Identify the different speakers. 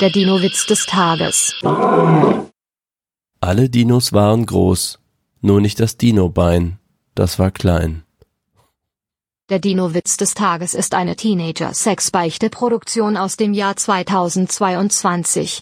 Speaker 1: Der Dino-Witz des Tages.
Speaker 2: Alle Dinos waren groß, nur nicht das Dinobein, das war klein.
Speaker 1: Der Dino-Witz des Tages ist eine Teenager-Sex-Beichte-Produktion aus dem Jahr 2022.